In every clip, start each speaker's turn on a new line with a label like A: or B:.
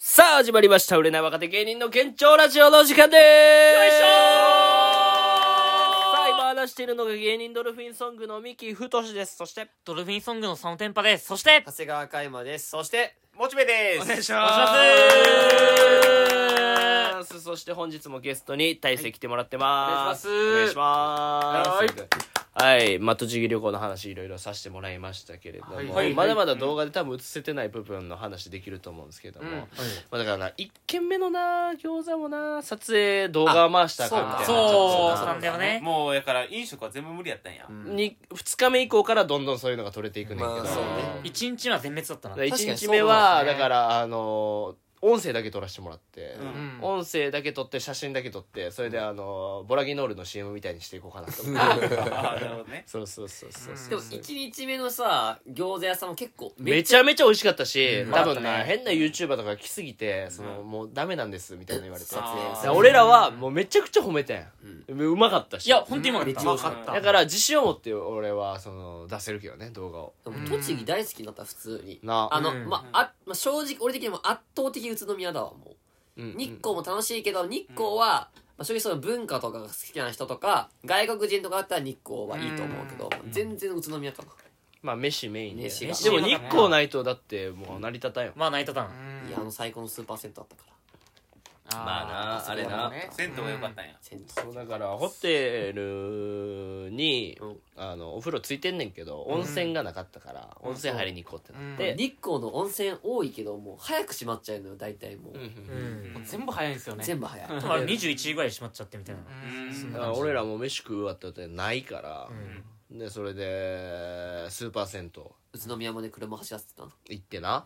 A: さあ、始まりました。売れない若手芸人の県庁ラジオの時間でーすさあ、今話しているのが芸人ドルフィンソングの三木太です。そして、
B: ドルフィンソングのサムテンパです。そして、
C: 長谷川海馬です。そして、モチベです。
B: ま
A: ます。そして本日もゲストに大勢来てもらってます。
B: はいお願いし
A: ます。お願いします。はい。まあ、栃木旅行の話いろいろさせてもらいましたけれども、
B: はいはい
A: まだまだ動画で多分映せてない部分の話できると思うんですけども、まあ、だからな、1軒目のな、餃子もな、撮影動画回したからみたいな。
B: そ
A: ち
B: う
A: ょっと
B: な
A: なん
B: だよね
D: もうやから飲食は全部無理やったんや、
A: に2日目以降からどんどんそういうのが取れていくねんだけど、
C: まあそうね
B: 一日は全滅だったな。
A: だから
C: 確か
A: 1
C: に
A: 日
C: そう
A: 目は
C: なんで
A: だ
C: すね
A: からあの音声だけ撮らせてもらって、
B: ん
A: 音声だけ撮って写真だけ撮ってそれであのボラギノールの CM みたいにしていこうかなと思って
D: ああなるほどね
A: そうそうそうそうそう
C: でも、一日目のさ、餃子屋さんも結構、
A: めちゃめちゃ美味しかったし、
B: ん
A: 多分
B: まあ
A: な、
B: ね
A: 変な YouTuber とか来すぎて、その、もうダメなんです、みたいなの言われて。
C: 撮影
A: だ
C: さ
A: から俺らは、もうめちゃくちゃ褒めてん。うまかったし。
B: いや、ほんと今だっ
C: め
B: た。
C: っちゃ良かった
A: だから自信を持って俺は、その、出せるけどね、動画を。
C: でも栃木大好きになった、普通に。
A: な
C: あの、
B: うん
C: ま、あ、ま、正直、俺的にも圧倒的宇都宮だわ、も
A: う
C: う。
A: ん
C: 日光も楽しいけど、日光は、ま、正直その文化とかが好きな人とか、外国人とかだったら日光はいいと思うけど、全然宇都宮かな。
A: まあ、飯メインで。
C: 飯
A: で
C: が
A: も日光ないと、だって、もう成り立たんよ。
B: まあ、泣いたたん。
C: いや、あの最高のスーパー銭湯あったから。
A: まあな、あれな。
D: 銭湯はよかったんや、
C: 銭湯。
A: そうだからホテルに、あのお風呂ついてんねんけど温泉がなかったから、温泉入りに行こうってなって、
C: 日光の温泉多いけど、もう早く閉まっちゃうのよ、大体もう
A: うん。
B: うん。で
E: 全部早いんですよね
C: 全部早い。
B: もあれ21位ぐらいで閉まっちゃってみたいな。
D: うん
A: だから俺らも飯食う終わったことないから、でそれでスーパー銭湯
C: 宇都宮まで車走らせてたの。
A: 行ってな、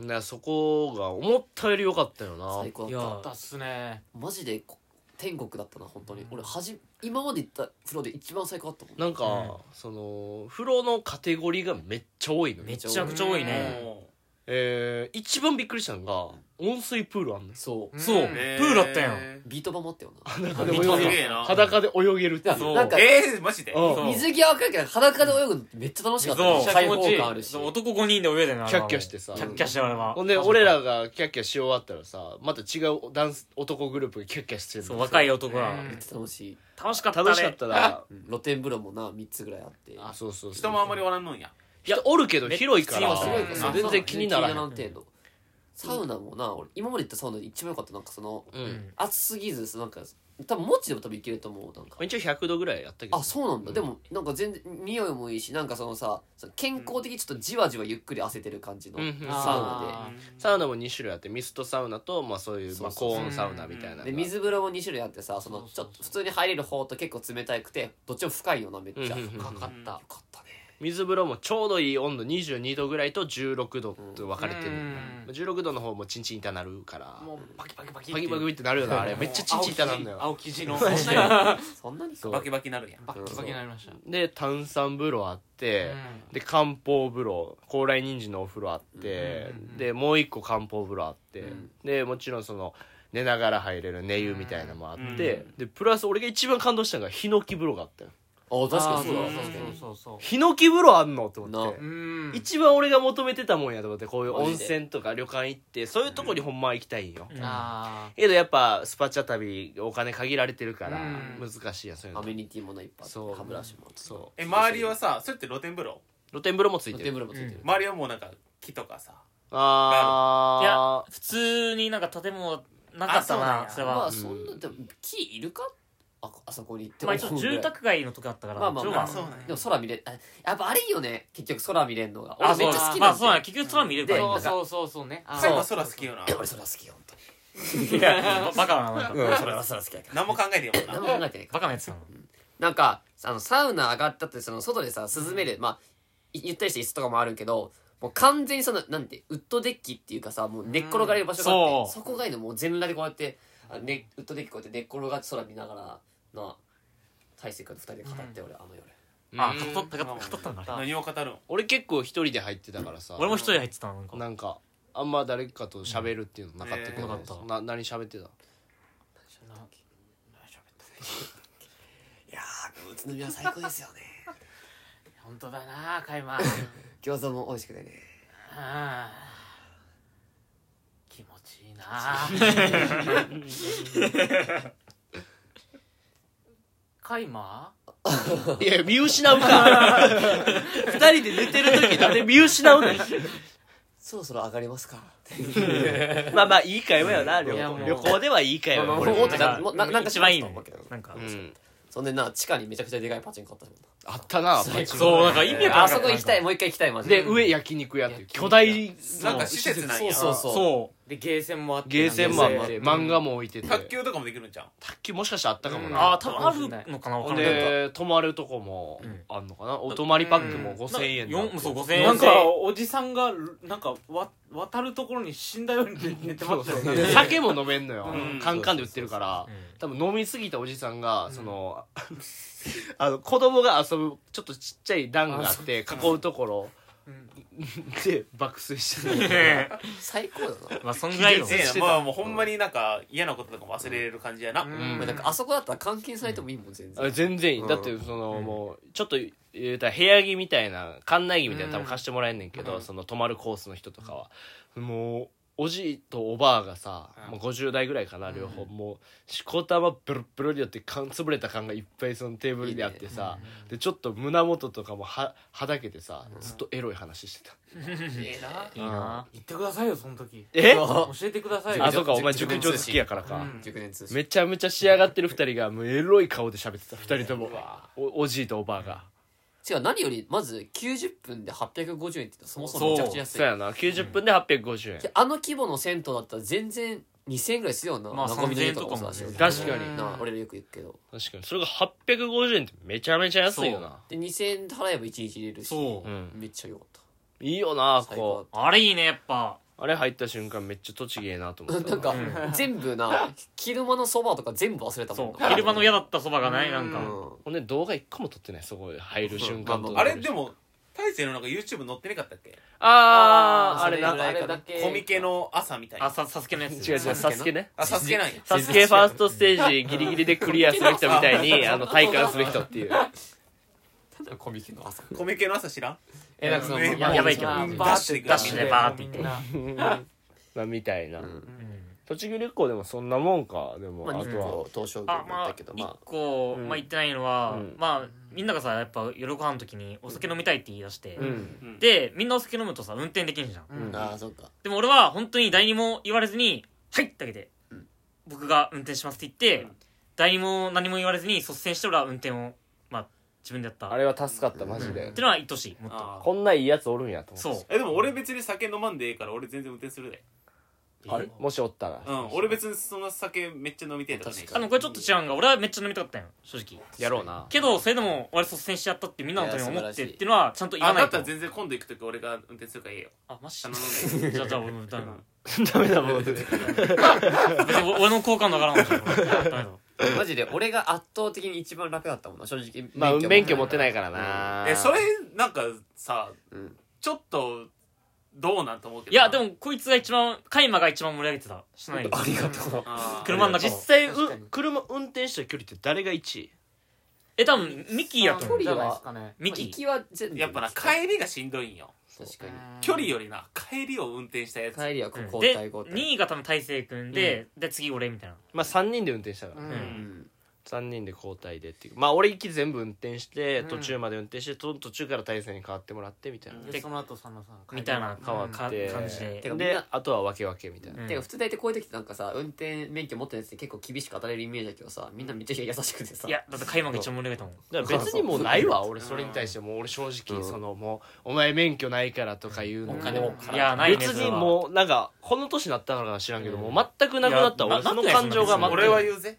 A: だからそこが思ったより良かったよな
C: 最高
B: い
C: だ
B: や
C: っ
E: だっすね
C: たマジでこ天国だったな本当に俺はじ今まで行った風呂で一番最高だったもん
A: なんか、
B: うん
A: その風呂のカテゴリーがめっちゃ多いのよ
B: めちゃくちゃ多いね。
D: も
A: えー一番びっくりしたのが温水プールあんのよ
C: そう
B: そう、
E: う
B: プ
E: ん
D: う
B: ールだったやん。
C: ビート板持ったよな
A: 裸で
B: あ見
A: 泳
B: た
A: げ
D: げ
A: る
D: えな
A: 裸で泳げるっていう
C: そう
D: なんかえー、マジで
A: うん
C: 水着は分かるけど裸で泳ぐのめっちゃ楽しかった
B: そう
C: 開放感あるし
B: そう男5人で泳いでるの。あれ
A: キャ
B: は
A: ッキャしてさ
B: キャッキャして、あれは
A: ほ。んで俺らがキャッキャし終わったらさまた違うダンス男グループがキャッキャしてるの
B: そう、若い男ら。
C: めっちゃ楽しい
B: 楽しかったね。
A: 楽しかったら
C: 露天風呂もな3つぐらいあって
A: あそうそうそう
D: 人もあんまりおらんのんや
A: いやおるけど広いから
B: めっちゃ広いから
A: うん全然気にならへ
C: 気
A: ん
C: ん程度サウナもな俺今まで行ったサウナで一番良かったなんかその
A: うん
C: 暑すぎずなんか多分もっちでも多分いけると思うなんか
A: 一応100度ぐらいやったけど
C: あそうなんだ、でもなんか全然匂いもいいしなんかそのさその健康的にちょっとじわじわゆっくり汗てる感じの
A: うんうん
C: サウナ
A: サウナも2種類あってミストサウナとまあそういう
C: そ
A: まあ
C: うそう
A: 高温サウナみたいなの
C: でで
A: が
C: 水風呂も2種類あってさそのちょっと普通に入れる方と結構冷たくてどっちも深いよなめっちゃ、
A: うんうんうん
C: かかっ
D: うん
C: たよかったね
A: 水風呂もちょうどいい温度22度ぐらいと16度と分かれてる
E: うん
A: 16度の方もチンチン痛なるから
E: もうパキパキパキ
A: パキパキってなるよなあれめっちゃチンチン痛なんだよ
E: 青生地の
A: マジで
C: そんなに
A: そう
D: バキバキなるやん
E: バッキバキになりました
A: で炭酸風呂あって、
E: うん
A: で漢方風呂高麗人参のお風呂あって、でもう一個漢方風呂あって、でもちろんその寝ながら入れる寝湯みたいなのもあって、
D: うん
A: でプラス俺が一番感動したのがヒノキ風呂があったよ
C: あ確かにそうだ
E: あー
C: 確かに
E: そうそうそうそう
A: ヒノキ風呂あんのと思って
E: う、ん
A: 一番俺が求めてたもんやと思ってこういう
C: マジ
A: 温
C: で
A: 泉とか旅館行ってそういうとこにほんまは行きたいんよ、
E: あ
A: けどやっぱスパチャ旅お金限られてるから
E: うん
A: 難しいやんそういう
C: ア
A: の
C: メニティもないっぱいあ
A: そ
C: っ
A: う
C: て歯ブラシもあって
A: そう
D: え周りはさそれって露天風呂
A: 露天風呂もつい
C: 露
A: て
C: 天
A: る
C: 風呂もついてる、
D: 周りはもうなんか木とかさ
A: ああ
B: いや、普通になんか建物なかったな、
D: あ
B: そ
D: そ
B: れ
D: う
C: ま
B: は
C: あ。そんなでも木いるかああそこに行って
B: まあ一応
C: 思うぐらい
B: 住宅街のとこだったから、
C: まあまあまあ
B: 一応
D: そうなんや
C: でも空見れあやっぱあれいいよね結局空見れんのが
B: あ、
C: 俺
B: そ
C: め
B: う
C: っちゃ好き
B: ま
C: な
B: あ
C: ん
B: そうなんや結局空見れるからいいん
E: そ
B: だ
E: うそうそうそうねあー
D: 最後空好きよな
C: 俺空好きよ本
B: ババカなのなんか
C: 当に 俺は空好きやから
D: 何も考えてよ
C: 何も考
D: な
C: えてないか
B: バカなやつなの
C: なんかあのサウナ上がったってその外でさ涼める、まあいゆったりして椅子とかもあるけどもう完全にそのなんてウッドデッキっていうかさもう寝っ転がれる場所があって、
B: うん
C: そこがいいのもう全裸でこうやってあ、ね、ウッドデッキこうやって寝っ転がって空見ながらな大勢君と二人で語って、俺あの夜
B: あ、かっとかっとったんだあれ
D: 何を語るん
A: 俺結構一人で入ってたからさ
B: 俺も一人で入ってたのなんか
A: なんかあんま誰かと喋るっていうのなかったけど、
B: うんえーなかった
A: な何喋ってた
C: いや宇都宮最高ですよね
E: 本当だな カイマ
C: 餃子も美味しくてね
E: あー気持ちい いなカイマ
A: いや見失うから2人で寝てる時なんで見失うの
C: そろそろ上がりますか
A: まあまあいい会話よな旅
E: いや
A: 行
E: もう
A: 旅行ではいい会話
C: まあ
A: よ
C: ま
A: これ
C: あもっと
A: う
C: もうななんか
B: 一番いいね
C: しました
B: なんか、
A: ん
C: そんでな地下にめちゃくちゃでかいパチンコあったもんな
A: あったな
B: そうなんか意味わ
C: あ
B: かんなかった
C: そこ行きたいもう一回行きたいマジ
A: で上焼肉屋っていう巨大
D: なんか施設なん
C: そう
D: や
C: そうそう
B: そう
E: でゲーセンもあって
A: ゲーセンもあっ
C: ゲーセ
A: て
C: ン
A: 漫画も置いてて
D: 卓球とかもできるんじゃん
A: 卓球もしかしたらあったかも
B: あ
A: な
B: あ多分あるのかなわ
A: ほ
B: か
A: ん
B: んないけ
A: で泊まるとこもあんのかなお泊まりパックも5000円
B: ど
A: なん
B: 4
A: て
B: そう5000円
E: なんかおじさんがなんかわ渡るところに死んだように寝て
A: そ
E: ま
A: う
E: した
A: そ
E: よ
A: う
E: ね
A: で酒も飲めんのよ
D: うん
A: カンカンで売ってるから
B: う
A: 多分飲みすぎたおじさんがその あの子供が遊ぶちょっとちっちゃい段があって囲うところ
E: うん
A: で爆睡してる
C: 最高だな
B: まあそんぐらいの
D: ねえまあもうほんまになんか嫌なこととかも忘れれる感じやな、
E: うん
A: うん
C: まあなんかあそこだったら監禁されてもいいもん全
A: あ
C: 然
A: 全然いい、
C: うん
A: だってその、もうちょっと言うたら部屋着みたいな館内着みたいなの多分貸してもらえんねんけど、
D: うん
A: その泊まるコースの人とかは、もうおじいとおばあがさ、
D: うん
A: もう50代ぐらいかな両方、もうしこたまブルッブルによって缶潰れた缶がいっぱいそのテーブルにあってさでちょっと胸元とかもははだけてさ、ずっとエロい話してた、
D: ええない
B: いな
E: 言ってくださいよその時
A: え
E: 教えてくださいよ
A: あそうかお前熟
C: 熟年
A: 女好
C: 通信
A: きやからか、
E: うん
C: 熟年通信
A: めちゃめちゃ仕上がってる2人がもうエロい顔で喋ってた2人ともおおじいとおばあが。
C: 違う何よりまず90分で850円って言ったらそもそ
B: そう
C: もめちゃくちゃ安い
A: そうやな90分で850円、
C: であの規模の銭湯だったら全然2000円ぐらいするよな、
B: まあ
C: 中身の湯
B: 3000と
A: かもね確か
E: に
C: なあ俺らよく行くけど
A: 確かにそれが850円ってめちゃめちゃ安いよな
C: で2000円払えば1日入れるし
B: そう、
A: ん
C: めっちゃよかっ
A: いいよな
C: 最
A: こ
C: 高
B: あれいいねやっぱ
A: うあれ入った瞬間めっちゃ栃木ええなと思った
C: なんか全部な昼間のそばとか全部忘れたもん
B: そう
C: な
B: 昼間の嫌だったそばがない
E: うん
B: なん
C: う
B: か
C: ん
A: ほんで動画一個も撮ってないそこで入る瞬間
C: そう
A: と
C: まま
D: あれでも大勢のなんか YouTube 載ってなかったっけ
A: あーあれな
C: それぐらいかな
D: コミケの朝みたい
B: あ
D: な
B: さサスケのやつ
A: 違う違う
C: サス
A: サ
C: ケな
A: スケね
D: あサスケなんや
A: サスケファーストステージギリギリでクリアする人みたい にあの体感する人っていう
C: コミケの朝
D: コミケの朝知らん
C: えなんかその
D: ね
B: やばいけど
E: まあ
D: うん
E: バーって
D: ダッシュ
B: でバーって
E: みんな
A: まあみたいな、
C: うん
B: うん
A: 栃木旅行でもそんなもんかでも、
C: まあ
A: あ、
C: 日
A: とは
C: 光東照宮
B: あ
C: も行
B: ま
C: っ
B: あ
C: たけどま
B: 一個、
A: うん
B: まあ言ってないのは、
A: うん
B: まあみんながさやっぱ夜ご飯の時にお酒飲みたいって言い出して、
A: うん
D: うん
B: でみんなお酒飲むとさ運転できるじゃん、
E: うん
C: あああそうか
B: でも俺は本当に誰にも言われずに「はい!」ってあげて、
C: うん
B: 僕が運転しますって言って、
D: うん
B: 誰にも何も言われずに率先して俺は運転をまあ自分でやった
A: あれは助かったマジ
B: うん
A: で
B: ってのは愛おしいもっと
D: あー
A: こんないいやつおるんやと思って
B: そう
D: えでも俺別に酒飲まんでええから俺全然運転するで
A: あれもしおったら
D: うん俺別にそんな酒めっちゃ飲みてえとかねえ
B: あのこれちょっと違うんが俺はめっちゃ飲みたかったんよ正直
A: やろう な
B: けどそれでも俺率先してやったってみんなのために思
C: いや
B: っ
C: 素晴ら
B: てっ
C: しい
B: ていうのはちゃんと言わ
D: あ
B: な
D: だ
B: い
D: った
B: と
D: ら全然今度行く時俺が運転するからええよ
B: あマジ
D: 頼んで
B: じゃあじゃあ俺も歌うな
A: ダメだもう
B: 別に 俺の好感度上がらんわこれダメだ
C: マジで俺が圧倒的に一番楽だったもんな正直
A: まあ免許持
C: も
A: ってないからな
D: えそれなんかさ
C: うん
D: ちょっとどうなんと思うけど
B: いやでもこいつが一番カイマが一番盛り上げてたしない
C: ありがとう
D: あー
B: 車の中
A: 実
B: を
A: 際
E: 確か
A: う
E: に
A: 車運転した距離って誰が1位
B: え多分ミキやと思う
C: 距離は
E: じゃないですかね
B: ミ
C: 行
B: キ
C: きは全部
D: やっぱな帰りがしんどいんよ
C: 確かに
D: 距離よりな帰りを運転したやつ
C: 帰りはこう交
B: で
C: 代交代
B: 2位が多分大成君で、で次俺みたいな
A: まあ3人で運転したから、
E: う
C: うんん
A: 3人で交代でっていうまあ俺行き全部運転して
E: うん
A: 途中まで運転して、と途中から大勢に変わってもらってみたいな、
E: でその後佐野さん帰る
B: みたいな
A: 変わって
B: か感じで
C: てかみん
A: で
C: な
A: あとは分け分けみたいな、
B: うん
C: てか普通大体こういう時ってなんかさ運転免許持ってるやつって結構厳しく当たれるイメージだけどさみんなめっちゃ優しくてさ
B: いやだってカイマが一番盛り上げたもん
A: だから別にもうないわ俺それに対してもう俺正直、
C: うん
A: そのもうお前免許ないからとか言うの
C: お
A: も
C: 金もか
B: いやないね
A: 別
B: それ
A: に
B: は
A: もうなんかこの年になったからか知らんけど、もう全くなくなった
B: いや
A: 俺
B: な
A: その
B: なってない
A: 感情が全く
D: 俺は言うぜ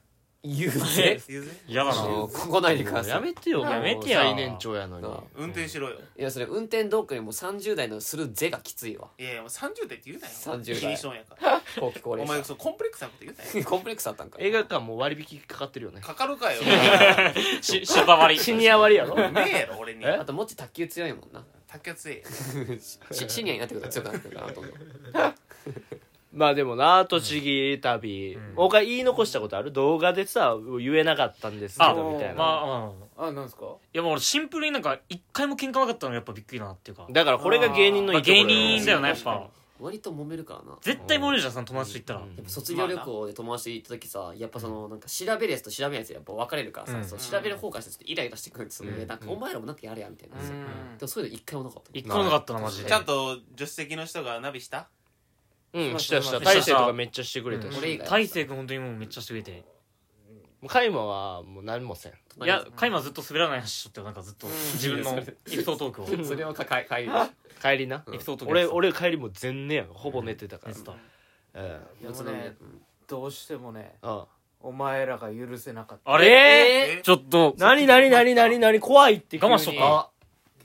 C: 言う
B: え
C: ぜ
D: 言うぜ
B: 嫌だ
C: あの
B: な
C: ここないでくだ
A: もうや
C: さい
A: めてよ
B: やめてよ
A: もう最年長やのに
C: なあ
D: 運転しろよ
C: いやそれ運転道具よりも30代のする「ぜ」がきついわ
D: いやいやもう30代って言うなよ
C: 30代
D: キリションやから
C: 後期高
D: お
C: 齢
D: 前
C: 者
D: そのコンプレックスなこと言う な よ
C: コンプレックスあったんか
A: 映画館も割引かかってるよね
D: かかるか よ
B: し シルバー割り
A: シニア割やろ
D: ねえやろ俺に
A: え
C: あともっち卓球強いもんな
D: 卓球強えよ
C: しシニアになってくると強くなってくるからと思う
A: まあでもな栃木旅、
B: ん
A: 他言い残したことある動画でさ言えなかったんですけ
B: あ
A: どみたいな、
B: まあまあまあまあ
E: あなんですか
B: いやもう俺シンプルになんか一回も喧嘩なかったのがやっぱびっくりだなっていうか
A: だからこれが芸人のい
B: まあ
A: いところよ
B: 芸人だよねやっぱ
C: 割と揉めるからな
B: 絶対漏れるじゃんその友達と行ったら、
A: うん
C: やっぱ卒業旅行で友達と行った時さやっぱそのなんか調べるやつと調べないやつやっぱ分かれるからさ、
B: うん
C: そう調べる方からしてちょっとイライラしてくるんですよね、
A: うん
C: なんかお前らもなんかやれやみたいな、
D: う
C: でも
D: ん
C: そういうの一回もなかった
B: 一個もなかったなマジで
D: ちゃんと助手席の人がナビした
A: うんしたした
B: した
A: 大勢とかめっちゃしてくれたし
C: これ以外
B: 大成君本当にもうめっちゃしてくれて
A: カイマはもう何もせん
B: いやカイマずっと滑らない話しとってよなんかずっと自分のエピソードトークを
C: それはかかえ帰りまし
A: 帰りな
B: エピソードトーク
A: 俺
B: やってた
A: 俺帰りも全寝やんほぼ寝てたか
B: や
A: ら
B: ってた
A: うん
E: でもねどうしてもね
A: うん
E: お前らが許せなかった
B: あれちょっと
A: 何何何何何怖いって急に
B: 我慢しとった
C: あ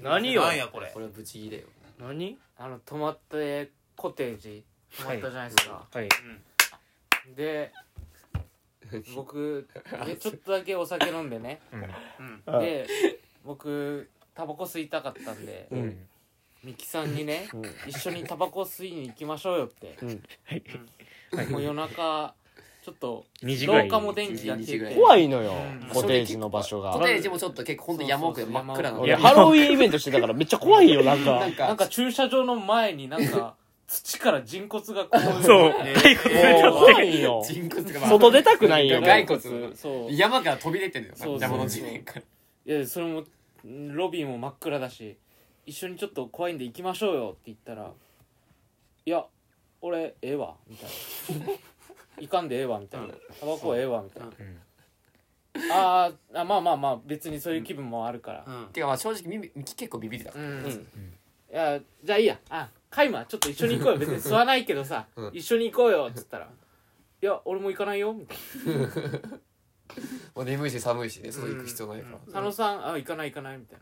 A: 何よ
D: なんやこれ
C: これはブチギレよ
A: 何
E: あの泊まってコテージ泊まったじゃないですか、
B: はい
E: で僕 でちょっとだけお酒飲んでね
D: うん
A: うん
E: で僕タバコ吸いたかったんで、
A: うん
E: ミキさんにね、
A: ん
E: 一緒にタバコ吸いに行きましょうよって、
A: うん
E: もう夜中ちょっと
B: 2時ぐら
E: 廊
B: い
E: 下も電気が消えて
A: 怖いのよ
D: うん
A: コテージの場所が
C: コテージもちょっと結構ほんと山奥で真っ暗なの
A: 俺ハロウィンイベントしてたからめっちゃ怖いよなん か
C: なん
E: なん
C: か
E: か駐車場の前にな んか土から人骨がこう
B: そう 大工
A: 怖いよ
C: 人骨とか
A: 外出たくないよ
C: 骸骨
E: そうい
C: 山から飛び出てんだよ
E: そうそう
C: 山の地面から
E: やそれもロビーも真っ暗だし一緒にちょっと怖いんで行きましょうよって言ったら「いや俺ええわ」みたいな「行かんでええわ」みたいな「タバコはええわ」みたいな「あーあまあまあまあ別にそういう気分もあるから」
D: うん
C: てかまあ正直みみ結構ビビってた
E: うんいやじゃあいいやあカイマちょっと一緒に行 こうよ別に吸わないけどさ、
C: うん
E: 一緒に行こうよっつったら「いや俺も行かないよ」みたい
C: もう眠いし寒いしね外行く必要ないから
E: な「佐野さんあ行かない行かない」みたい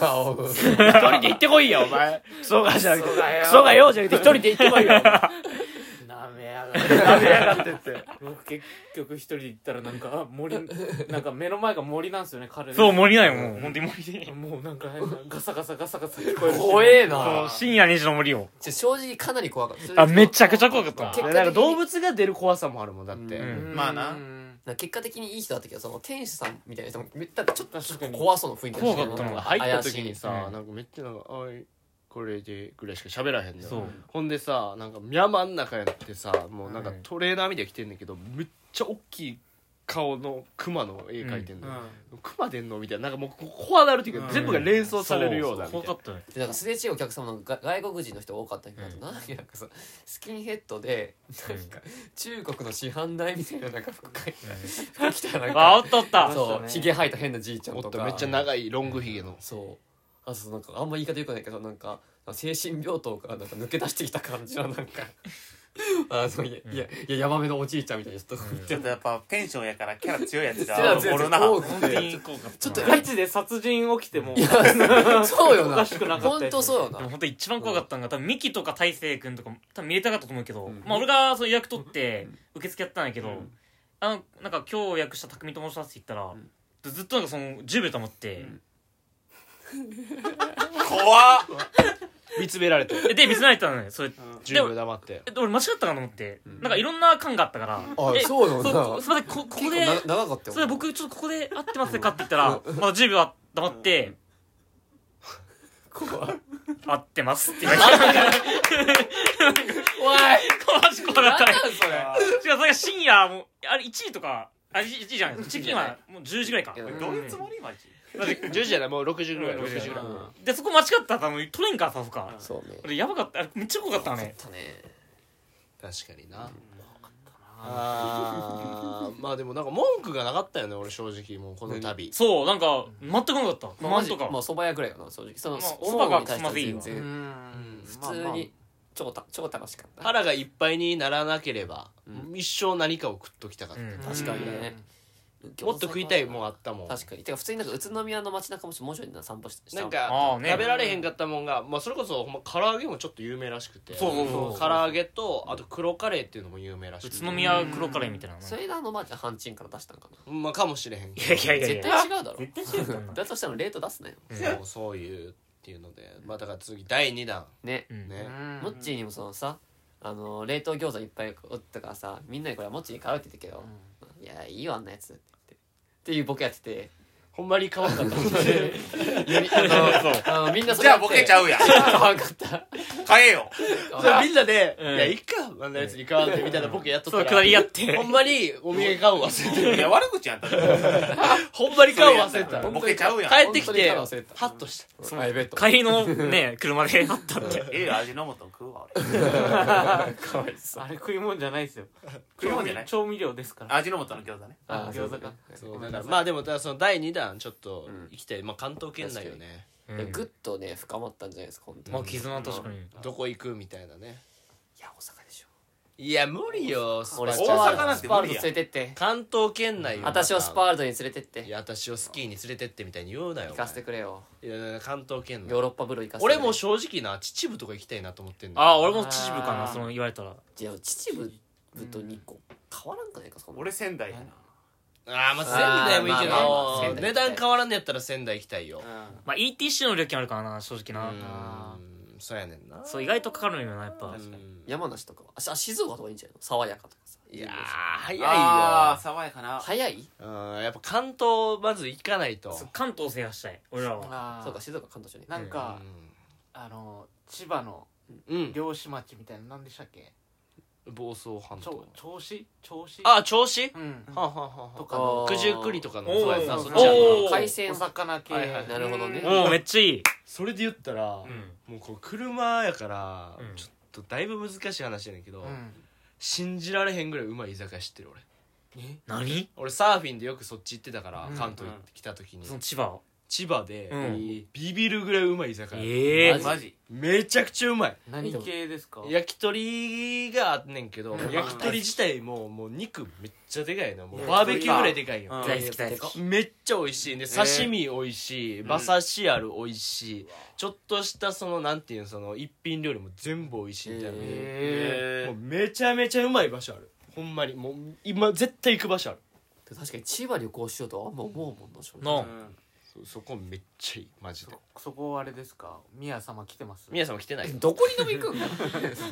E: な
C: あおう
A: 一人で行ってこいよお前クソがじゃなくてクソがようじゃなくて一人で行ってこいよ
E: なめやがって
A: 食べやがってって
E: 僕結局一人で行ったらなんかあ森なんか目の前が森なんですよね彼
B: そう森ないもう本当に森で
E: もうなんか変なガサガサガサガサ聞こえるし
C: 怖えな
B: 深夜2時の森を
C: ちょ正直かなり怖かった
B: あめちゃくちゃ怖かった
C: 結
B: な
C: 構
A: なんか動物が出る怖さもあるもんだって、
C: う
E: うんん
D: まあな
C: なんか結果的にいい人だったけどその店主さんみたいな人もめったちょっと
E: 確かに
C: 怖そうな雰囲気
B: 怖かったもん
A: 入った時に
B: 怪し
A: さ
B: い
A: なんかめっちゃなんか「おいこれで」ぐらいしか喋らへんの
B: そ
A: よ
B: う
A: ほんでさなんか山ん中やってさもうなんか
B: うん
A: トレーナーみたいに着てんねんけどめっちゃ大きい顔のクマの絵描いてんのよ、クマ出んのみたいななんかもうこう怖なるっていうか、
D: うん
A: 全部が連想されるようなみた
B: そ
A: い
B: 怖かったよ
C: なんかすれ違うお客様のが外国人の人多かったけど、
B: うん
C: なんかなんかさスキンヘッドでなんか中国の市販代みたいななんか服買い服着たらなん
B: あお
C: か
B: っと おった
C: そうひげ生えた変なじいちゃん
A: なお
C: と
A: った
C: か
A: めっちゃ長いロングヒゲの、
C: そうあとなんかあんま言い方よくないけどなんか精神病棟からなんか抜け出してきた感じのなんかあのいやいやいやヤマメのおじいちゃんみたいな人
D: ちょっとやっぱペンションやからキャラ強いやつ
C: いや
D: が
C: 違う違う
D: おるな
C: 多い
B: 本当に怖かった
C: ちょっと
B: で
E: ガチで殺人起きても
C: いやそうよ
E: お
C: な
E: かしくなかったよ
C: 本当そうよな
B: も本当に一番怖かったのが多分ミキとか大成君とかも多分見れたかったと思うけど、
C: うん
B: まあ俺がその予約取って受付やったんやけど、
C: ん
B: あのなんか今日予約した匠と申しますって言ったら、
C: ん
B: ずずっとなんかその10秒溜まって、
D: 怖っ
A: 見つめられて
B: えで見せられたのよそれ
A: 10秒黙って
B: えで俺間違ったかなと思って、なんかいろんな感があったから「
C: あ
B: え
C: そうよ
B: そ
C: な
B: うすいませんこここ
C: 結構
B: で
C: な長かったよ
B: それ僕ちょっとここで合ってますか?」って言ったらまだ10秒黙って
C: 怖い
B: 「合ってます」って言われ て
C: おい
B: マジ怖かったね
C: それ
B: しかもそれが深夜もうあれ1時とかあれ1時じゃないチキンはもう10時ぐらいか
C: うん
D: どういうつもりマジ
A: 10じゃないもう6時ぐらい
B: うん
A: 6時ぐらい、
E: うん
B: でそこ間違ったら多分取れんからさそっか
C: そうね
B: 俺やばかったあれめっちゃ怖かったね
C: たね
A: 確かになあーまあでもなんか文句がなかったよね俺正直もうこの旅
B: そうなんか全くなかった
C: まあ
B: なん
C: マ
B: と
C: ジ
B: か
C: まあ蕎麦屋ぐらいかな正直その
B: まあ
C: 思うのに対しては全
E: う
C: 然
E: ん
C: 普通に超た超楽しかっ た
A: 腹がいっぱいにならなければ、
C: う
A: 一生何かを食っときたかっ
B: う
A: た、
B: ん
C: 確かにね
A: もっと食いたいもんあったもん
C: 確かにてか普通になんか宇都宮の街中ももうちょいな散歩してした
A: なん
B: あ
A: か
B: ー、ね
A: 食べられへんかったもんが、まあ、それこそほんま唐揚げもちょっと有名らしくて
B: そうそうそう
A: 唐揚げとあと黒カレーっていうのも有名らし
B: 宇
A: くて
B: 都宮黒カレーみたいな
C: それであのまーちゃん半チンから出したんかな
A: まあかもしれへんけど
B: いやいやい
C: 絶
B: や
C: 対違うだろ
B: 絶対知るかな
C: だとしたらレート出すなよ
A: もうそういうっていうのでまあだから次第2弾
C: ね
B: うん
A: ね、
C: モッチーにもそのさあの冷凍餃子いっぱいおったからさみんなにこれモッチーに買うって言ったけど「いやいいよあんなやつ」って言ってっていうボケやってて
A: ほんまに 変わった
C: みあのあのみんなそ
D: じゃあボケちゃ
C: う
D: うやん
C: 分かった
D: 買えよ
A: そうみんなで、
B: うん
A: いや、いっか、あんなやつに買わんて、みたいなボケやっとった
B: そう
A: ら。
B: くだりやって
A: ほんまにお土産買うの忘れてる。
D: いや悪口やんた
A: ほんまに買うの忘れてた。
D: ボケちゃうやん
A: 帰ってき
F: 本当に買
A: て、
F: う
A: ハ
F: の忘れてた
A: ッとした。
F: マイベッド
B: 帰りのね車であったって
D: ええよ味の素食うわ俺
G: あれ食い物じゃないですよ
D: 食い物じゃない
G: 調味料ですから
D: 味の素の餃子ね
G: あ餃子か
A: そうだからまあでもただその第2弾ちょっと行きたい、まあ関東圏内よね
B: うん
C: ぐっとね深まったんじゃないですか本当に
B: まあ絆は確かに
A: どこ行くみたいなね
C: いや大阪でしょ
A: いや無理よスパ
C: 俺
A: ル
C: ス
A: タ
D: 大
C: パ
D: 阪な
C: ー
D: んて
C: ルド
D: 無
C: 連
D: 理や
C: れてって
A: 関東圏内よ
C: 私をスパールドに連れてっ
A: い
C: て
A: や私をスキーに連れてってみたいに言うなよ
C: 行かせてくれよ
A: お前いや関東圏
C: ヨー
A: 内
C: ロッパ風呂行かせてくれ
A: 俺も正直な秩父とか行きたいなと思ってんだよ
B: ああ俺も秩父かなその言われたら
C: いや秩父と日光変わらんかないかそんな
D: 俺仙台やな
A: あーまあ仙台もいいけ
C: あーまあまあま
A: ど
C: あ仙台
A: 値段変わらんのやったら仙台行きたいよ
B: まあ ETC の料金あるからな正直
A: う
B: な
A: ーんそうやねんな
B: そう意外とかかるのよなやっぱ
A: うん
C: 山梨とかはあしあ静岡とかいいんじゃないの爽やかとかさ
A: いやー
D: あ
A: 早
D: ー爽やかな
C: 早い
A: いようんやっぱ関東まず行かないと
B: そう関東制覇したい俺らは
G: あー
C: そうか静岡関東じゃね
G: なんかあの千葉の
A: うんうん
G: 漁師町みたいななんでしたっけ
A: 房総半
G: ちょ
A: 島
G: 銚子銚子
A: あ銚子は
G: うん
A: あはあはあ
G: と
A: は
G: かの
A: あ
C: あ
A: 九十九里とかの
B: おー
A: そうやなそっちやな
B: おー
C: 海
G: お
C: 鮮
G: 魚系
A: はいはい
C: なるほどね
B: おおめっちゃいい
A: それで言ったらも
B: ん
A: うこう車やから
B: うん
A: ちょっとだいぶ難しい話やねんけど
G: うん
A: 信じられへんぐらいうまい居酒屋知ってる俺
B: 何
A: 俺サーフィンでよくそっち行ってたから
G: うん
A: 関東行ってきた時に
B: その千葉
A: 千葉で
B: うん
A: ビビるぐらいうまい居酒屋
B: ええ
D: マジ
A: めちゃくちゃうまい
G: 何系ですか
A: 焼き鳥があんねんけど焼き鳥自体ももう肉めっちゃでかいのもうバーベキューぐらいでかいよ
D: うん
B: 大好き大好き
A: めっちゃ美味しいね刺身美味しい、馬刺しある美味しい、ちょっとしたそのなんていうのその一品料理も全部美味しいみたいな、
C: え
D: え
A: もうめちゃめちゃうまい場所あるほんまにもう今絶対行く場所ある
C: ー確かに千葉旅行しようとはあんま思うもんな正直
B: の
A: そそこめっちゃいいマジで
G: そこあれですか宮様来てます
A: 皆さんも来てない
C: どこにでも行くん だ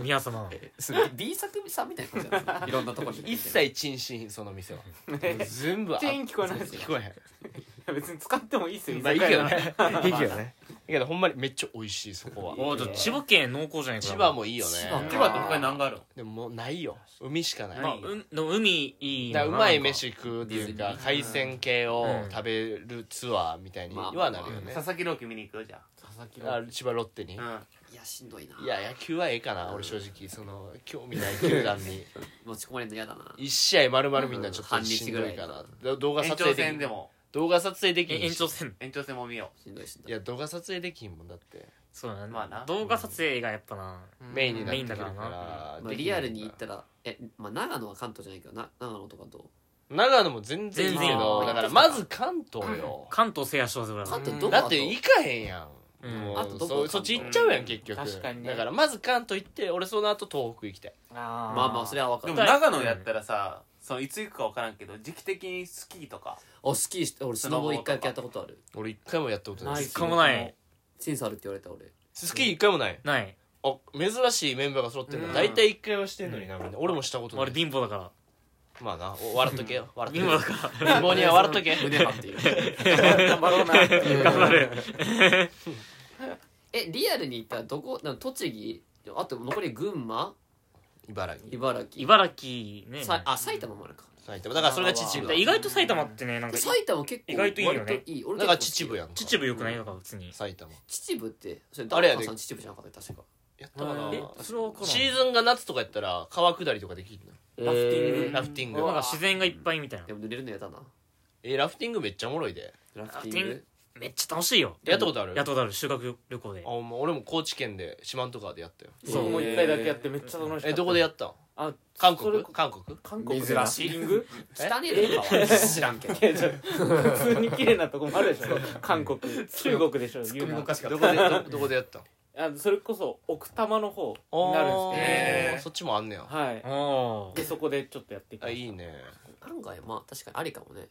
B: 宮様
C: すごい B 作さんみたいなことじゃない いろんなとこに
A: 一切陳心品その店はもう全部あ
G: 全員聞こえないです
A: 聞こえ
G: 別に使ってもいいです
A: へ
G: よ
A: んまあいいけど
G: 居酒屋な
A: ねいいけどねいいけどほんまにめっちゃ美味しいそこは
B: おじゃあ千葉県濃厚じゃないか
A: 千葉もいいよね
D: 千葉って他に何があるの
A: でももうないよ海しかない、
B: まあ、うん、でも海いい
A: だ
B: な
A: からうまい飯食うっていうか海鮮系を
B: うん
A: 食べるツアーみたいにはなるよね、
D: 佐々木朗希見に行くよじゃ
G: 佐々木
A: あ
G: 朗希
A: 千葉ロッテに、
D: あうん
C: いやしんどいない
A: や野球はええかな、俺正直その興味ない球団に
C: 持ち込まれるの嫌だな
A: 1試合丸々みんなちょっとしんどいか
C: 半
A: な
C: 日、
A: だ動画
D: 延
A: 撮
D: 長
A: 影
D: 戦で
A: できん
D: も
A: 動画撮影でき
B: え
A: ん
B: 延長
A: し
B: 戦
D: 延長戦も見よ
C: しんどいしんど
A: い
C: い
A: や動画撮影できんもんだって、
B: そうだね、
D: まあな
B: 動画撮影がやっぱな、
G: うん
A: メインになってくる
B: メインだ
A: か
B: から
C: まあ
A: できん
C: リアルに行った
A: ら
C: らえまあ長野は関東じゃないけどな長野とかどう
A: 長野も全然いいけ
B: 全然
A: ど
B: いい
A: だからまず関東よ、
B: 関東制覇しようぜ俺ら
C: 関東どこ
A: だって行かへんやん
B: うん
A: もう
C: あとどこ
A: そうそっち行っちゃうやん結局
G: 確かにね
A: だからまず関東行って俺その後東北行きたい
G: あ
C: まあまあそれは分
D: う
C: か
D: で
C: る
D: も長野やったらさそのいつ行くか分からんけど時期的にスキーとか
C: あスキーして俺スノボ一回だけやったことある
A: 俺一回もやったことない
G: ない
B: 一回もない
C: センスあるって言われた俺
A: スキー一回もない
B: ない
A: あ珍しいメンバーが揃ってる
D: う
A: の
D: ん
A: 大体一回はしてんのになみんな俺もしたことな
B: 俺
A: い
B: 貧乏だか
A: まあなお笑っとけよ
B: ら
A: 笑っ
B: 貧
A: と
B: 乏
A: け
B: だ
A: よ
B: か
A: 貧乏には笑っとけ
C: 胸張っ ていう
G: 頑張ろうなってい
B: ら
G: う
B: 頑張る
C: えリアルに行ったらどこなんか栃木あと残り群馬
A: 茨城
C: 茨城
B: 茨城ね
C: さあ埼玉もあるか
A: 埼玉だからそれが秩
B: で
A: 父
B: 意
A: だ
B: 外と埼玉ってねなんか
C: 埼玉結構
B: 意外といいよね
C: 割いい俺
A: だか
C: 結構
A: ら秩父やんか
B: 秩父よくないのか別に
A: 埼玉
C: 秩父ってそれ
A: あれやで
C: ダンカンさん秩父じゃなかった確か
A: やったかな
B: えそれは分からん
A: シーズンが夏とかやったら川下りとかできるの
G: ラフティング
A: ラフティング
B: なんか自然がいっぱいみたいな
C: でも濡れるのやだな
A: えラフティングめっちゃおもろいで
C: ラフ
B: フ
C: テ
B: テ
C: ィ
B: ィ
C: ン
B: ン
C: グ
B: グめっちゃ楽しいよ
A: やったことある
B: やったことある修学旅行で
A: あほんま俺も高知県で四万十川でやったよ
G: そうもう一回だけやってめっちゃ楽しかった
A: えどこでやったん
G: あ
A: 韓
G: それ
A: 国韓国
G: 韓国
F: 珍し
G: いリング
C: 汚ねえのかは知らんけど
G: いやちょっと普通に綺麗なとこもあるでしょ 韓国中国でしょ有名な
F: おかしかっ
A: ど
F: た
A: こでどどこでや ったん
G: あそれこそ奥多摩の方になるんで
A: あ
G: す
A: ー
D: えー
A: そっちもあんねや
G: けどはい
B: お
G: でそこでちょっとやっていき
A: あ
G: ま
A: い
G: し
A: いね
C: 案外まあ確かにありかもね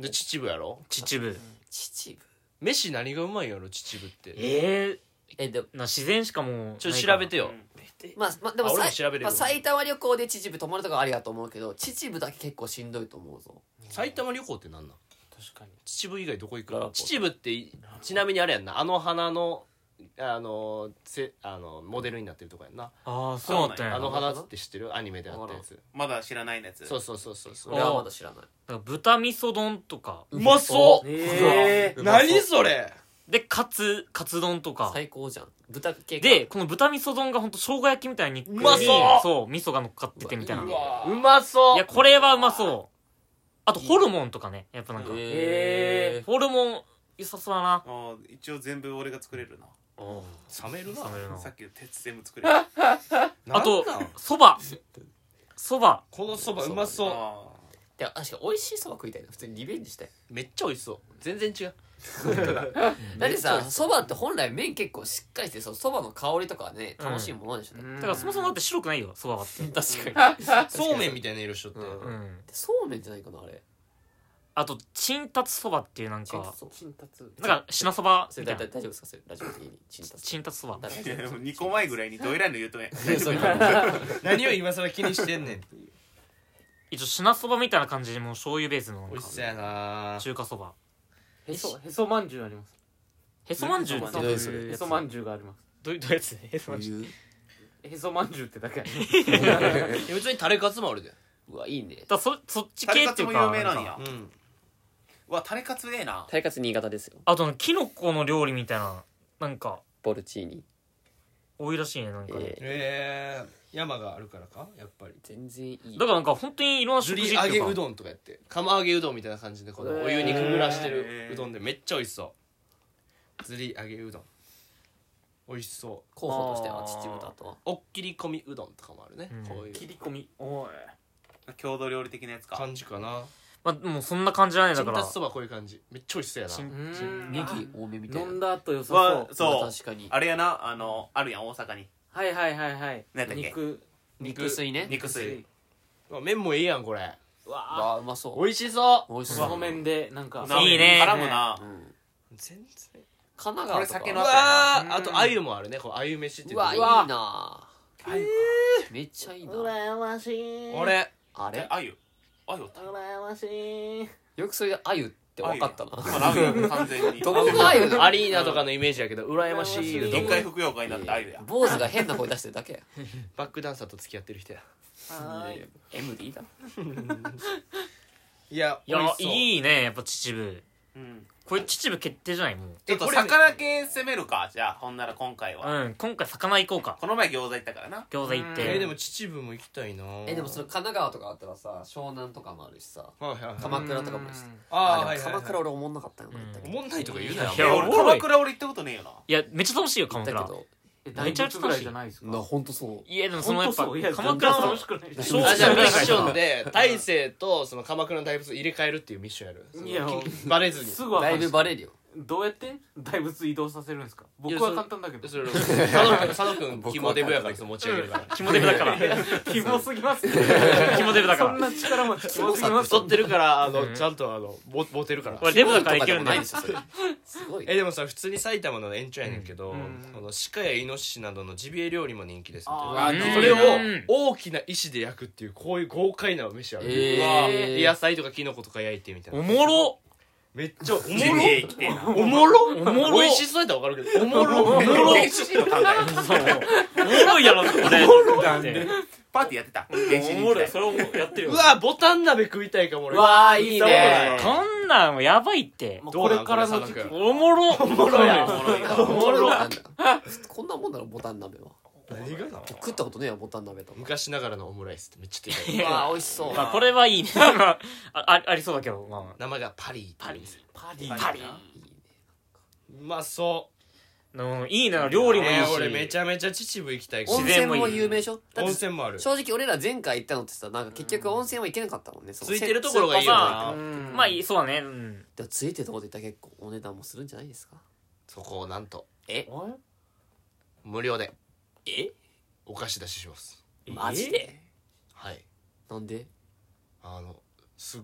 A: で秩父やろ
B: 秩父
C: 秩父
A: 飯何がうまいんやろ秩父って
B: ええ
C: えでも
B: な自然しかもう
A: ちょっと調べて
D: う
A: よ
D: ん
C: まあまあでも
A: あ俺も
C: さい
A: 調べれる
C: まあ、埼玉旅行で秩父泊まるとかありだと思うけど秩父だけ結構しんどいと思うぞ
A: 埼玉旅行ってなんなん
G: た確かに
A: 秩父以外どこ行く
C: ララポート
A: 秩父っていちなみにあれやんなあの花のあのせあのモデルになってるとこやんな
B: ああ
D: そうだったんや
A: あの花って知ってるアニメであったやつ
D: まだ知らないやつ
A: そうそうそうそうそ
C: 俺
A: う
C: はまだ知らない
B: なんか豚味噌丼とか
A: うまそう
D: え
C: うまそう
A: 何それ
B: でカツカツ丼とか
C: 最高じゃん豚系か
B: でこの豚味噌丼が本当生姜焼きみたいに
A: うまそう
B: そう味噌が乗っかっててみたいな
C: う
B: い
C: わ
A: うまそう
B: やこれはうまそうあとホルモンとかねやっぱなんか
C: え
B: ホルモン良さそうだな
D: あー一応全部俺が作れるな
A: 冷めるな
B: 冷めるな
D: さっきの鉄全部作れるあ
B: あと
A: なんなん
B: そばそば
A: このそばうまそう
D: あ
C: で確か美味しいそば食いたいな普通にリベンジしたい
A: めっちゃ美味しそう全然違う
C: だってさそばって本来麺結構しっかりしてそうそばの香りとかはね
B: うん
C: 楽しいものでしょ、ね
B: だからそもそもだって白くないよそばはって
C: 確かに
A: そうめんみたいな色しとって
C: うん
B: うん
C: そうめんじゃないかなあれ
B: あと陳達そばっていうなんか
C: そう
E: 金達
B: なんか品そば
C: そ
B: み
C: れ
B: た
C: だ
B: いな
C: だ大丈夫ですかそれラジオ的にチンタス
B: 陳達そば
C: 大
D: ーいや
C: 丈
D: で
C: 夫
D: も2個前ぐらいにどえらいの言うとんやん
C: そういう
A: 何を今更気にしてんねんっていう
B: 一応品そばみたいな感じでもう醤油ベースのなんか
A: 美味しそうやな
B: 中華そば
E: へそへそまんじゅうあります
B: へそまんじゅう
D: へ
B: っ
D: そ
B: て
D: まん
B: ど
D: じ
B: う
D: ゅ
B: いううや
D: どういう
E: へ
B: つ
E: そまんじゅうがあります
B: どういうやつへそまん じゅう
E: へそまんじゅうってだけ
A: いや別にタレカツもあるで
C: うわいいね
B: だからそそっち
D: タレ
B: 系
D: カ
B: って
D: ツ
B: いう
D: も
B: か
D: 有名なん
B: なん
D: や
B: か
A: うん
D: うわタレカツええな
C: 大活新潟ですよ
B: あとなんかキノコの料理みたいななんか
C: ボルチーニ、
B: 多いらしいねなんかね、
C: えー
A: ええ山があるからかやっぱり
C: 全然いい
B: だからなんか本当にいろんな
A: ず
B: 食
A: り
B: 事
A: 揚
B: ってい
A: げ
B: うか
A: うどんとかやって釜揚げうどんみたいな感じでこのお湯にくぐらしてるうどんでめっちゃ美味しそうずり揚げうどん美味しそう
C: 候補としては秩父とあとは
A: おっきり込みうどんとかもあるね、
B: うん
A: こういう
E: 切り込みおい
D: 郷土料理的なやつか
A: 感じかな
B: まあもうそんな感じじゃない
A: チ
B: だ
A: ン
B: か
A: タ
B: ら
A: スそばこういう感じめっちゃ美味しそうやな
B: 新
C: ネギ多めみたい
E: 飲ん
C: な
E: だ後良さ
D: わ
E: そう
D: そう
C: 確かに
D: あれやなあのあるやん大阪に
E: はいはいはいはい
D: 何だっけ
E: 肉
C: 肉吸いね
D: 肉水
A: うわ麺もいいやんこれ
E: うわあ
C: わあうまそう
A: 美味しそう
C: 美味し
E: そ
C: そう
E: めんでなんか
D: ない
B: いね
D: 絡むな
C: うん
A: 全然
C: 神奈
D: こ
C: 川
D: れ
C: とか
D: 酒
A: う
D: の
A: わ
D: 後
A: あ
D: や
A: あと鮎もあるねこう鮎飯って
C: う
A: 言っ
C: わ
A: て
C: いい
A: る
E: わ
C: なあめっちゃいいな
A: 俺
C: あ
D: な
C: れ
D: あゆあゆ
C: よくそれで鮎って分かったな
D: 今ラーメン完全に
C: どこが鮎だ
A: アリーナとかのイメージやけど羨ましいよ
D: 一回福岡になったあゆや
C: 坊主が変な声出してるだけや
A: バックダンサーと付き合ってる人や
C: いやいや MD だ
A: いや
B: いやいいねやっぱ秩父
D: うん
B: これ秩父決定じゃないもう
D: ちょっと魚系攻めるかじゃあほんなら今回は
B: うん今回魚行こうか
D: この前餃子行ったからな
B: 餃子行っ
A: え
B: て
A: でも秩父も行きたいな
C: えでもその神奈川とかあったらさ湘南とかもあるしさ
A: はいはいはい
C: 鎌倉とかもあるし
A: あ
C: あ
A: あ
C: でも鎌倉俺おもんなかったよな
B: うん
C: 行った
A: お
C: けど
A: もんないとか言うなよ
B: い
D: いや
B: や
D: 俺
B: おもろ
D: 鎌
B: い
D: 倉俺行ったことねえよない
B: やめっちゃ楽しいよ鎌
C: だけ
B: 倉
C: ど
B: めちゃめちゃ楽しい
E: 大仏ぐらいじゃないですか
C: な本当そう
B: いやでもそのやっぱ
E: ほんとそういや
B: 鎌倉の
E: 楽しくない
B: そう
A: あじゃあミッ
B: そう
A: ションで大勢とその鎌倉の大仏入れ替えるっていうミッションやるその
E: いやもう
A: バレずに
E: すぐわか
C: だい
E: る
C: ぶバレるよ
E: どうやって大仏移動させるんですか僕
A: いやそ
E: は
A: れ
E: 簡単だけど
A: それ佐野君佐野君肝デブやからその持ち上げるから
B: 肝デブだから
E: キモすぎますね
B: 肝デブだか
E: そん
B: ら
E: な力持ちキモすぎます
A: 太ってるからあ
B: う
A: の
B: ん
A: ちゃんとあのモモテるから
B: 俺デブだからいけるんだ
C: ない
B: よ
C: ですよそれすごい
A: えでもさ普通に埼玉の延長やねんけど、
E: うん
A: この鹿やイノシシなどのジビエ料理も人気ですって
E: あ
C: あ
A: それを
B: うん
A: 大きな石で焼くっていうこういう豪快な飯ある、
C: えー
A: うわで野菜とかキノコとか焼いてみたい
B: お
A: な
B: もろ
A: めっちゃおも
D: ジビエ生きてえな
A: ろおもろ
B: おもろ
A: 美味しそうやったら分かるけどおもろ
B: おもろ
D: 原始人の考え
B: そうおもろいやろこれおもろ
E: なんで
D: パーティーやってた原始
B: お
D: 人
B: も
D: 時
B: ろい
D: 代
B: それをやってる
A: う
B: よ
A: わボタン鍋食いたいかも俺
C: わあいいね
B: こんなんもやばいって
E: もう
A: ど
E: こ
A: うなん
E: れからの時期
A: これ佐野君
B: おもろおもろ
D: おもろいわ
C: おもろなんだ こんなもんだろボタン鍋は
A: 何がなの
C: 食ったことねえよボタン鍋とか
A: 昔ながらのオムライスってめっちゃで
B: い
A: かい
B: や
C: わあ美味しそう
B: まあこれはいいねああありそうだけどまあま
A: 生がパリーっていう店
E: パリ
B: あパリ
C: いいね
A: うまそう
B: うんいいな料理もいい
A: ね
B: し
A: 俺めちゃめちゃ秩父行きたいし
C: 温
B: 自然
C: 泉
B: もいい
C: も有名でしょだ
A: 温
C: って
A: 泉もある
C: 正直俺ら前回行ったのってさなんか結局温泉は行けなかったもんねその
A: ついてるところがいいよな
B: まあいいそうだねうん
C: でもついてるところで行ったら結構お値段もするんじゃないですか
A: そこをなんと
C: え
A: 無料で
C: え
A: お貸し出しします
C: マジで
A: はい
C: なんで
A: あのすっ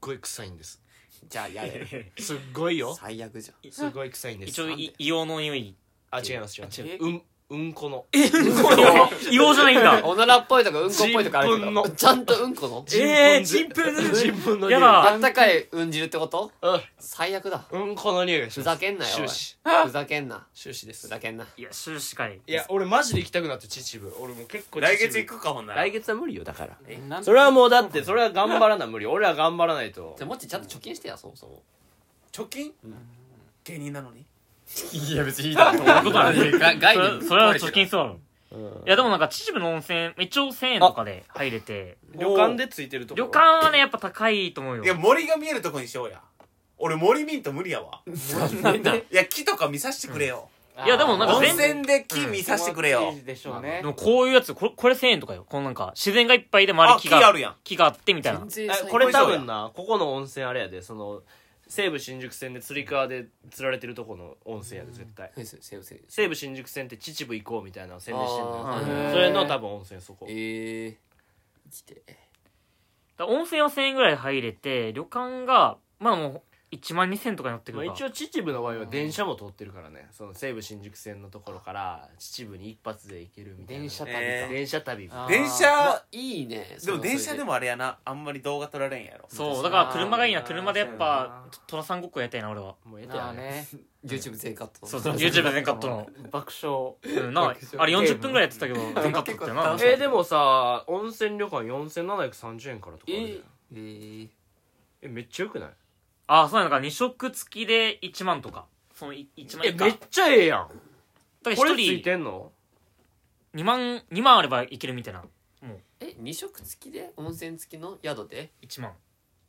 A: ごい臭いんです
C: じゃあやれ
A: すっごいよ
C: 最悪じゃん
A: すごい臭いんです
B: 一応い硫黄の匂い
A: あ違います違います
E: え
A: うんうんこの
B: え、うんこの違法じゃないんだ。
C: おならっぽいとかうんこっぽいとかある
A: 人
C: け
A: 糞の
C: どちゃんとうんこの
B: えー、チンプ
A: 自分の
B: や
A: だ
B: だ
C: あったかいうん汁ってこと最悪だ
A: うんこの匂いがします
C: ふざけんなよおい
A: 終始
C: ふざけんな
A: 終始で
C: ふ
A: す
C: ざけんない
B: や、終始かい。
A: いや俺マジで行きたくなって秩父俺もう結構
D: 来月
A: 秩父
D: 行くかほんなら
A: 来月は無理よだから
E: えなん
A: それはもうだってそれは頑張らな無理俺は頑張らないと
C: じゃあもっちちゃんと貯金してやそもそも
D: 貯金芸人なのに
C: いや別にいいだろう
B: ことある
C: 外
B: それ
C: に
B: それは貯金そうだろ。
A: うん
B: いや、でもなんか秩父の温泉、一応1000円とかで入れて、
A: 旅館でついてるとこ
B: 旅館はね、やっぱ高いと思う
D: いや
B: よ。
D: 森が見えるとこにしようや俺森見んと無理やわいや木とか見させてくれよ
B: いやでもなんか
D: 温
B: 全然
D: 泉で木見させてくれよ
E: でしょうね
B: でもこういうやつ、これ、これ1000円とかよ。このなんか、自然がいっぱいで周
D: あ
B: り木
D: 木
B: が、
D: あるやん
B: 木があってみたいな。
C: 全
A: えこれ多分なここの温泉あれやでその西武新宿線で釣り革で釣られてるとこの温泉やで絶対
C: せせせ
A: 西武新宿線って秩父行こうみたいなの宣伝してん
C: あ
A: の
B: ー
A: よそれの多分温泉そこ
C: ええ来て
B: だから温泉は1000円ぐらい入れて、旅館が、まあもう、1万2000とかになってく
A: まあ、
B: るか。
A: 一応秩父の場合は電車も通ってるからねその西武新宿線のところから秩父に一発で行けるみたいな
C: 電車旅か
D: えー
A: 電車旅
E: あー
D: 電車
C: あいいね
D: でも電車でもあれやなあんまり動画撮られんやろ
B: そう、
E: 私
B: だから車がいいな、
E: あー
B: 車でやっぱ
E: そうやな、
B: トラさんごっこやりたいな、俺は。
A: もうええて
E: あ
A: や
E: ー
A: ね
E: ね
C: YouTube 全カット
B: そうそう、YouTube 全カットの。
E: 爆笑
B: うん、なんか、あれ40分ぐらいやってたけど、全カットってな。
A: えー、でもさ温泉旅館4730円からとかあるじゃん
E: え
C: えー
A: えめっちゃよくない
B: ああ、そうなんか2食付きで1万とか。そのい1万
A: え
B: 以下。
A: めっちゃええやん
B: だか
A: こ
B: ら
A: れつい
B: 1人
A: てんの
B: 2万、2万あればいけるみたいな。
C: え二食付きで温泉付きの宿で
B: 1万。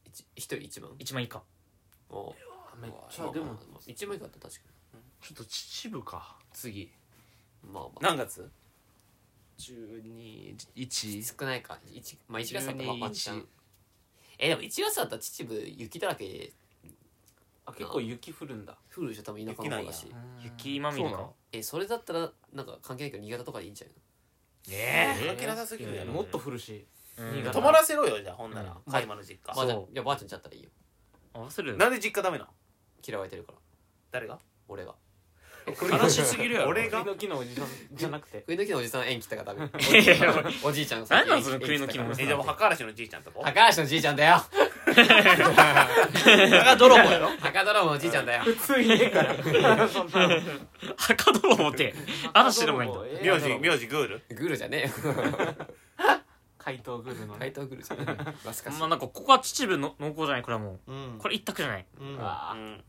C: 一一人一万
B: 1万以下。
C: お
E: めっちゃでも
C: 一万以下だった確か
A: ちょっと秩父か次
C: にまあまあ
D: 何月
A: 121
C: 少ないか一まあ一月だったらまあ
A: 12
C: ワンチャンえでも一月だったら秩父雪だらけ
E: あ結構雪降るんだ
C: 降るでしょ多分田舎の方だし
B: 雪まみれ
A: そうな
B: か
A: の。
C: えそれだったらなんか関係ないけど新潟とかでいいんじゃない
D: ええ関係なさすぎるやろ
E: もっと降るし
B: うん
E: 新潟
D: 泊まらせろよじゃあほんなら
B: う
D: 海馬の実家
C: まあじゃあ
B: そう
C: いやばあちゃんちゃったらいいよ
B: 合わせる
D: なんで実家ダメなの
C: 嫌われてるから
D: 誰が
C: 俺が
D: 悲しすぎるやろ俺が
E: 栗の木のおじさんじゃなくて
C: 上の木のおじさん縁切ったから 多分
B: いやいや
C: おじいちゃんが
B: 何なんその栗の木のおじさ
D: え
B: ん
D: でも墓嵐のじいちゃんとこ
C: 高橋のじいちゃん だよ
D: 墓泥棒やろ
C: 高泥棒のじいちゃんだよ
E: 普通に家から そんな
B: 墓泥棒 って、嵐でもないんだ。
E: え
D: 名字名字グール
C: グールじゃねえよ
E: 怪盗グルの
C: 怪盗グールじゃねえよ懐かしい
B: まあなんか、ここは秩父の濃厚じゃないこれはも
A: う
B: う。
A: ん
B: これ一択じゃない。
A: うん
C: あ
D: うん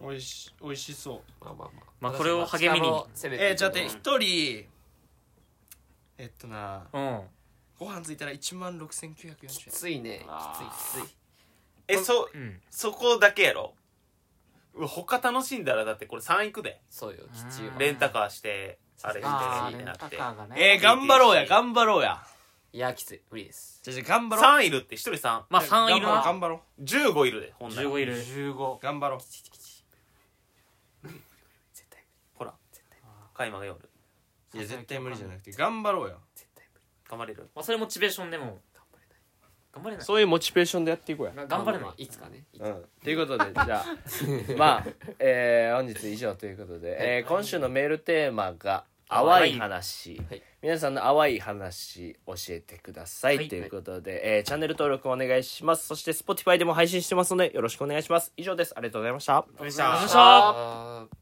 A: おいしおいしそう
C: まあまあまあ
B: まあこれを励みに
C: 力を攻めて
A: えー、ちょっと
C: い
A: 待
C: こ
A: って一人えっとな
B: うん。
A: ご飯ついたら1万6940円
C: うきついね
E: あ
C: きついきつい
D: えそ
B: うん。
D: そこだけやろうわ他楽しんだらだってこれ3行くで
C: そうよ吉中
D: レンタカーしてあれ
E: あ
D: し
E: ー
D: てって
E: レン
D: な
E: タカ
D: って
E: ーがね
A: えー、頑張ろうや頑張ろうや
C: いやきつい無理です
A: じゃあじゃあ頑張ろう
D: 3いるって1人3
B: まあ3いるな。
A: 頑張ろう
D: 15いるでほんなら
B: 15いる。
E: 15
A: 頑張ろう
C: 絶対
D: ほらカイマが夜
A: いや絶対無理じゃなくて頑張ろうや
C: 絶対無理
D: 頑張れる
B: まあそれモチベーションでも、
C: 頑張れない
B: 頑張れない。
A: そういうモチベーションでやっていこうや
B: が頑張れ
C: まあま
B: ない
C: あ。いつかねいつ
A: う
C: か
A: ん、ということでじ ゃあまあ、えー本日以上ということで、えー今週のメールテーマが「淡い話」
C: はい
A: 皆さんの淡い話教えてください、
B: はい
A: ということで、えーチャンネル登録お願いしますそして Spotify でも配信してますのでよろしくお願いします以上ですありがとうございました
D: お願いし
B: お願いしま
D: ます
B: した
C: あー